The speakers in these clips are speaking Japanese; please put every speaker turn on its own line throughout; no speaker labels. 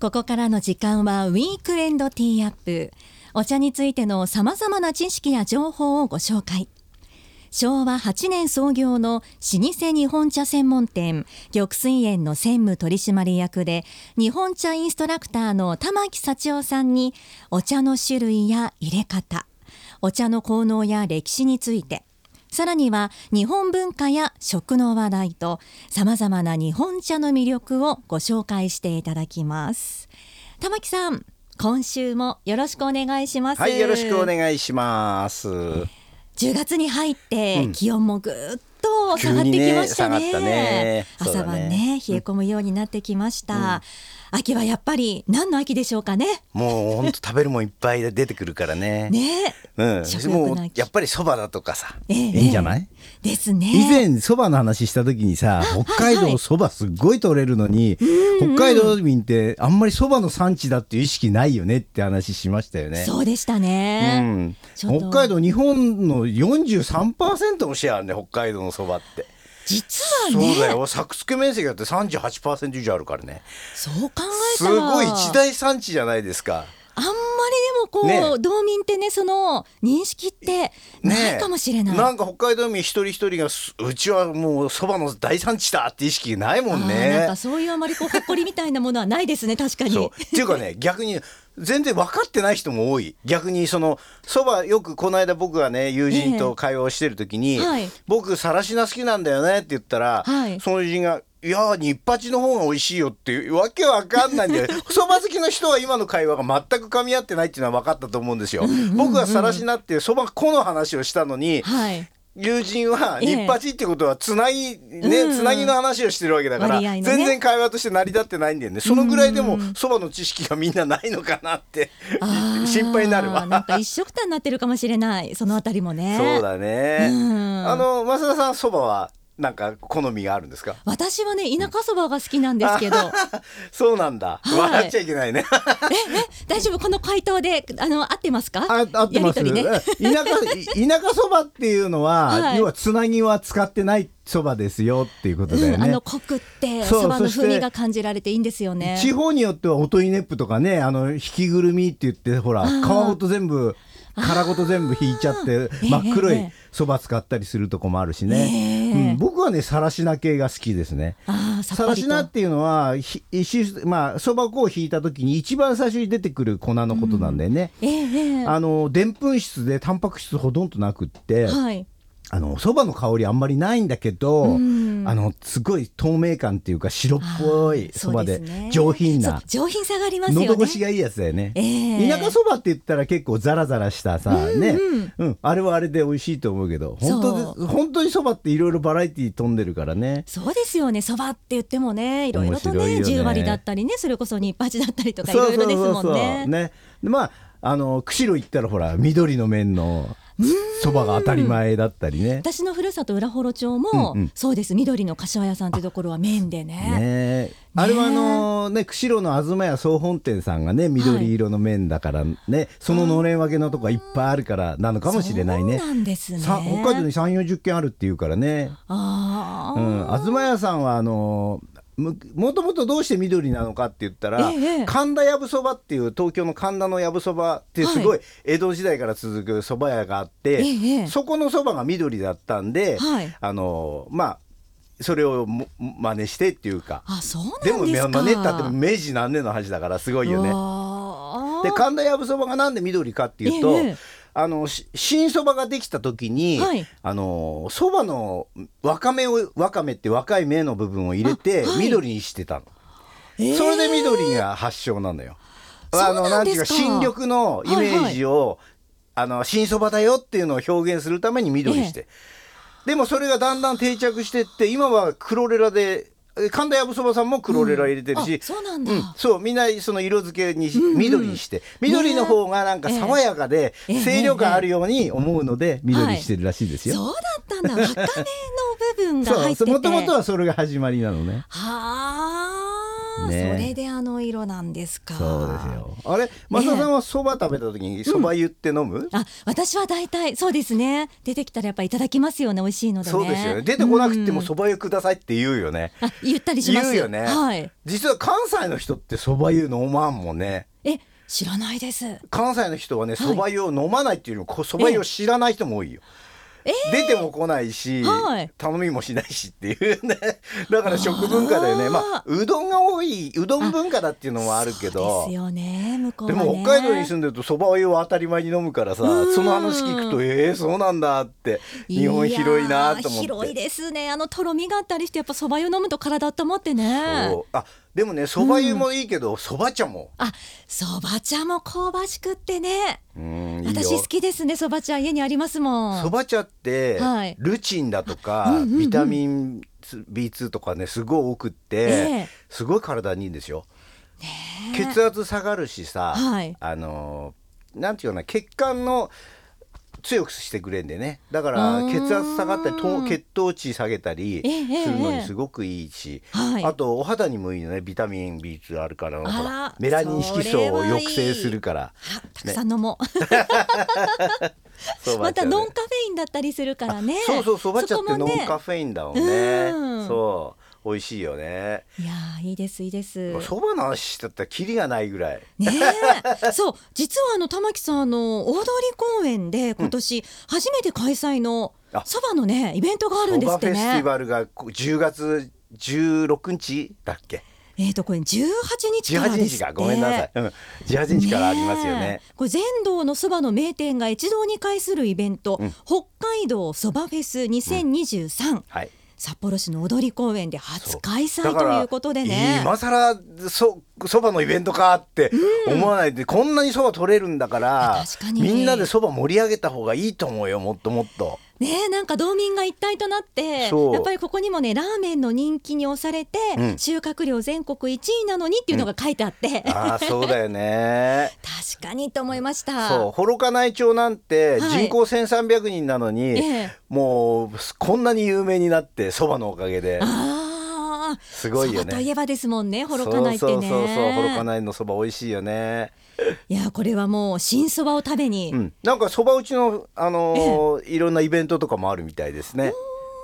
ここからの時間はウィークエンドティーアップ。お茶についての様々な知識や情報をご紹介。昭和8年創業の老舗日本茶専門店、玉水園の専務取締役で、日本茶インストラクターの玉木幸夫さんに、お茶の種類や入れ方、お茶の効能や歴史について、さらには日本文化や食の話題と様々な日本茶の魅力をご紹介していただきます。玉木さん、今週もよろしくお願いします。
はい、よろしくお願いします。
10月に入って気温もぐーっと下がってきましたね,、
急にね下がったねそう
朝
だね
晩ね冷え込むようになってきました、秋はやっぱり何の秋でしょうかね
もう本当食べるもんいっぱい出てくるからね。
ね
うん
食、欲の
も
秋
うやっぱりそばだとかさ、
ええ
いいんじゃない？
ですね
以前そばの話した時にさ北海
はいは
道
い
そばすっごい取れるのに、北海道民ってあんまりそばの産地だっていう意識ないよねって話しましたよね。
そうでしたね、
うん。
ちょっと
北海道日本の43%
のシェアあるね北海道のそばって。
実は
そうだ
ね
よ。作付け面積だって38%以上あるからね。
そう考え
す
たら
ごい一大産地じゃないですか。
あんまりでもこう、
ね
道民ってねその認識って
ね
な
え
いかもしれない、
なんか北海道民一人一人がすうちはもうそばの大産地だって意識ないも
あ
ん
ーなん
ね
か。そういうあまりこう誇りみたいなものはないですね確かに
そうっていうか ね逆に全然分かってない人も多い逆にそのそばよくこの間僕がね友人と会話をしてる時に「
ええはい
僕さらしな好きなんだよね」って言ったら、
はい
その友人が「いやーニッパチの方が美味しいよ」っていうわけわかんないん だよそば好きの人は今の会話が全く噛み合ってないっていうのは分かったと思うんですよ。僕はさらしなっていうそば粉の話をしたのに、
はい
友人は
え
ニ
え
ッパチってことはつなぎ、ね
うん
つなぎの話をしてるわけだから、
割合のね
全然会話として成り立ってないんだよねそのぐらいでもそばの知識がみんなないのかなって
あー
心配になるわ
なんか一緒くたになってるかもしれない。そのあたりもね。
そうだね、
うん
あの増田さんそばはなんか好みがあるんですか
私はね田舎そばが好きなんですけ ど、
そうなんだ、
はい
笑っちゃいけないね
大丈夫この回答で あの合ってますか？
あ合ってます、
やりとりね。
田舎田舎そばっていうのは、
はい
要はつなぎは使ってないそばですよっていうことだよね。
うん、あの濃くって
そう
そばの
そして
風味が感じられていいんですよね。
地方によっては音イネップとかねあの引きぐるみって言ってほら
ー
皮ごと全部殻ごと全部引いちゃって
え
真っ黒
え
い
え
そば使ったりするとこもあるし
ええ
ね、うん、僕はねさらしな系が好きですね。
ああさ
さ
っぱ
ら
り
し
と。
なっていうのはひ石まあそば粉を引いた時に一番最初に出てくる粉のことなんだよね。
ええええ
あのでんぷん質でタンパク質ほとんどなくって、
はい。
あのそばの香りあんまりないんだけど、
うん
あのすごい透明感っていうか白っぽい
あー
そばで
そうすね
上品な
そう上品さがありますよね。
喉越しがいいやつだよね、
ええ
田舎そばって言ったら結構ザラザラしたさ、ね、うん、あれはあれで美味しいと思うけど本当
そ
で本当にそばっていろいろバラエティー飛んでるからね
そうですよね。そばって言ってもね、いろいろと
面白い
ね、
よね
十割だったりね、それこそニッパチだったりとかいろいろですもんね。
ねでまああの釧路行ったらほら緑の麺のそばが当たり前だったりね
私のふるさと浦幌町も、
うんうん
そうです緑の柏屋さんというところは麺でね
ねえあれはあのね釧路の東屋総本店さんがね緑色の麺だからね、そののれん分けのとこがいっぱいあるからなのかもしれないね
そうなんですね
さ北海道に3 4 0軒あるっていうからね、
あ
う
ー、
ん、東屋さんはあのむもともとどうして緑なのかって言ったら、
ええ
神田やぶそばっていう東京の神田のやぶそばってすご
はい
江戸時代から続くそば屋があって、
ええ
そこのそばが緑だったんで、
はい
あのまあそれをも真似してっていうか
あそう
で
なん
も
ですか
真似ったって明治何年の話だからすごいよね
う。わー
で神田やぶそばがなんで緑かっていうと、
ええ
あのし新そばができた時に、
はい
あのそばのわかめをわかめって若い芽の部分を入れて、
あはい
緑にしてたの、
えー
それで緑が発祥なのよ。
そうなんですか
ていう新緑のイメージを、あの新そばだよっていうのを表現するために緑にして、でもそれがだんだん定着してって今は黒レラでえ神田やぶそばさんも黒レラ入れてるし、
あそうなんだ、
うん、そうみんなその色付けにし緑にして、緑の方がなんか爽やかで
ええ
清涼感あるように思うので緑にしてるらしいですよ。
そうだったんだ若根の部分が入って
そ
て
うもともとはそれが始まりなのね。
はそれであの色なんですか。
そうですよ。あれ、増田さんはそば食べた時にそば湯って飲む？
あ、私は大体そうですね。出てきたらやっぱいただきますよね。美味しいのでね。
そうですよね。出てこなくてもそば湯くださいって言うよね。
あ、 言ったりします。
言うよね。
はい。
実は関西の人ってそば湯飲まんもんね。
え、知らないです。
関西の人はねそば湯を飲まないっていうよりもそば湯を知らない人も多いよ。出ても来ないし、
はい
頼みもしないしっていうね だから食文化だよねまあうどんが多いうどん文化だっていうのもある
そう
けど
ですよね。向こう
で
はね。
も北海道に住んでるとそば湯を当たり前に飲むからさ
うん
その話聞くとええそうなんだって日本広いなと思って
やー広いですねあのとろみがあったりしてやっぱそば湯飲むと体温まってね
そうあでもねそば湯もいいけどそば茶も
あそば茶も香ばしくってね
うんいいよ
私好きですねそば茶家にありますもん
そば茶って、
はい
ルチンだとか、
うんうんうん
ビタミン B2 とかねすごい多くって、
ええ
すごい体にいいんですよ。血圧下がるしさ、
はい
あのーなんていうかな血管の強くしてくれんでねだから
うーん
血圧下がったりと血糖値下げたり
ええ
するの
ええ
にすごくいいし、
はい
あとお肌にもいいよねビタミン B2 あるから
あら
ほらメラニン色素を抑制するから
あたくさん飲もう、
そう
また
ね
ノンカフェインだったりするからね
そうそうそば茶っ
そ
て
こ
ノ
もね
ンカフェインだもんね
うん
そう美味しいよね
いやーいいですいいです
そばの話したったらキリがないぐらい
ねえそう実はあの玉木さんあの大通公園で今年初めて開催の
あ
そばのねイベントがある
そ
んです
ば
っ
フ
て
ェスティ
ね
バルがこ10月16日だっけ
えっ、とこれ18日から
18
で
日
すっ
か
て
ごめんなさい、うん、18日からありますよね
えこれ全道のそばの名店が一堂に会するイベント、北海道そばフェス2023、
はい
札幌市の踊り公園で初開催
だか
と
ら
いうことでね。
今更そそばのイベントかって思わないで、こんなにそば取れるるんだから
確かに
みんなでそば盛り上げた方がいいと思うよもっともっと。
ねえなんか道民が一体となって
そう
やっぱりここにもねラーメンの人気に押されて、
うん
収穫量全国1位なのにっていうのが書いてあって、確
ああそうだよね。
かにと思いました。
そう幌加内町なんて
はい
人口1,300人なのに、
ええ
もうこんなに有名になってそばのおかげで
ああ
すごいよね
そばといえばですもんね幌加内ってね。
そうそうそうそう幌加内のそば美味しいよね、
いやこれはもう新そばを食べに、
うん、なんかそば打ちの、あのーいろんなイベントとかもあるみたいですね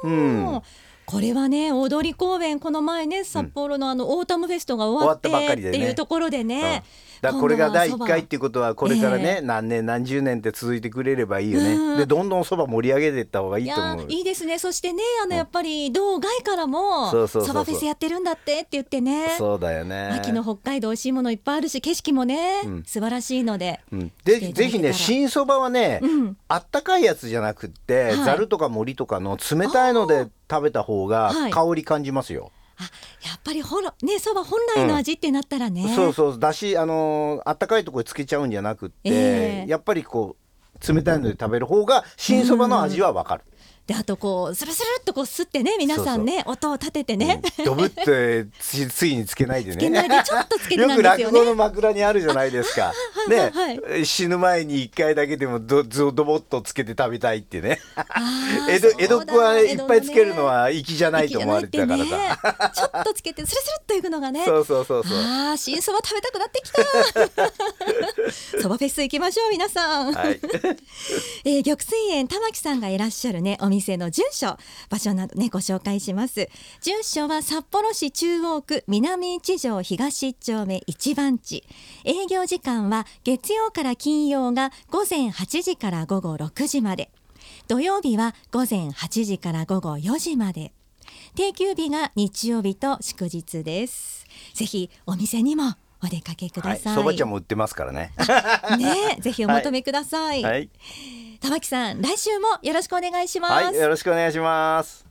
うん
これはね大通公園この前ね札幌のあのオータムフェストが終わって
終わったばかり
っ
で
て
ね
いうところでね、
だからこれが第1回って
う
いうことはこれからね、何年何十年って続いてくれればいいよ
う
ね
ん
でどんどんそば盛り上げていった方がい
い
いと
や
思う
ーいいですねそしてねあのやっぱり道外からも
そうそうそうそ
そ
う
ばフェスやってるんだってって言ってね
そうだよね
秋の北海道美味しいものいっぱいあるし景色もね、素晴らしいので、
うん
来て
で
いただ
ぜ
け
ひ
たら
ね新そばはね、
うん
あったかいやつじゃなくって
はい
ざる、とか森とかの冷たいので食べた方が
はい
香り感じますよ、
あやっぱりほらねそば本来の味ってなったらね、
そうそうだし、あのーあったかいところつけちゃうんじゃなくって、
ええ
やっぱりこう冷たいので食べる方が新そばの味はわかる、
であとこうスルスルっとこう吸ってね皆さんね音を立ててね、
うんドブってつついにつけないで ね
つけないでちょっとつけて
よ
なん
く
です
落
よね
語の枕にあるじゃないですか。ね、
はい
死ぬ前に一回だけでもどずドボッとつけて食べたいってね。
あー
江戸
そうだ
江戸っ子はいっぱいつけるのは粋じゃないと思われてたから
息が
さ。
ないってね、ちょっとつけてスルスルっといくのがね
そうそうそうそう。
ああ新そば食べたくなってきた そばフェス行きましょう皆さん、
はい。
えー玉水園玉木さんがいらっしゃるねお店の住所場所などねご紹介します住所は札幌市中央区南一条東一丁目一番地営業時間は月曜から金曜が午前8時から午後6時まで土曜日は午前8時から午後4時まで定休日が日曜日と祝日ですぜひお店にもお出かけくだ
はい。
さい、
そばちゃんも売ってますからね。
ねぜひお求めください、
はい。
玉木さん来週もよろしくお願いします、
はい。よろしくお願いします。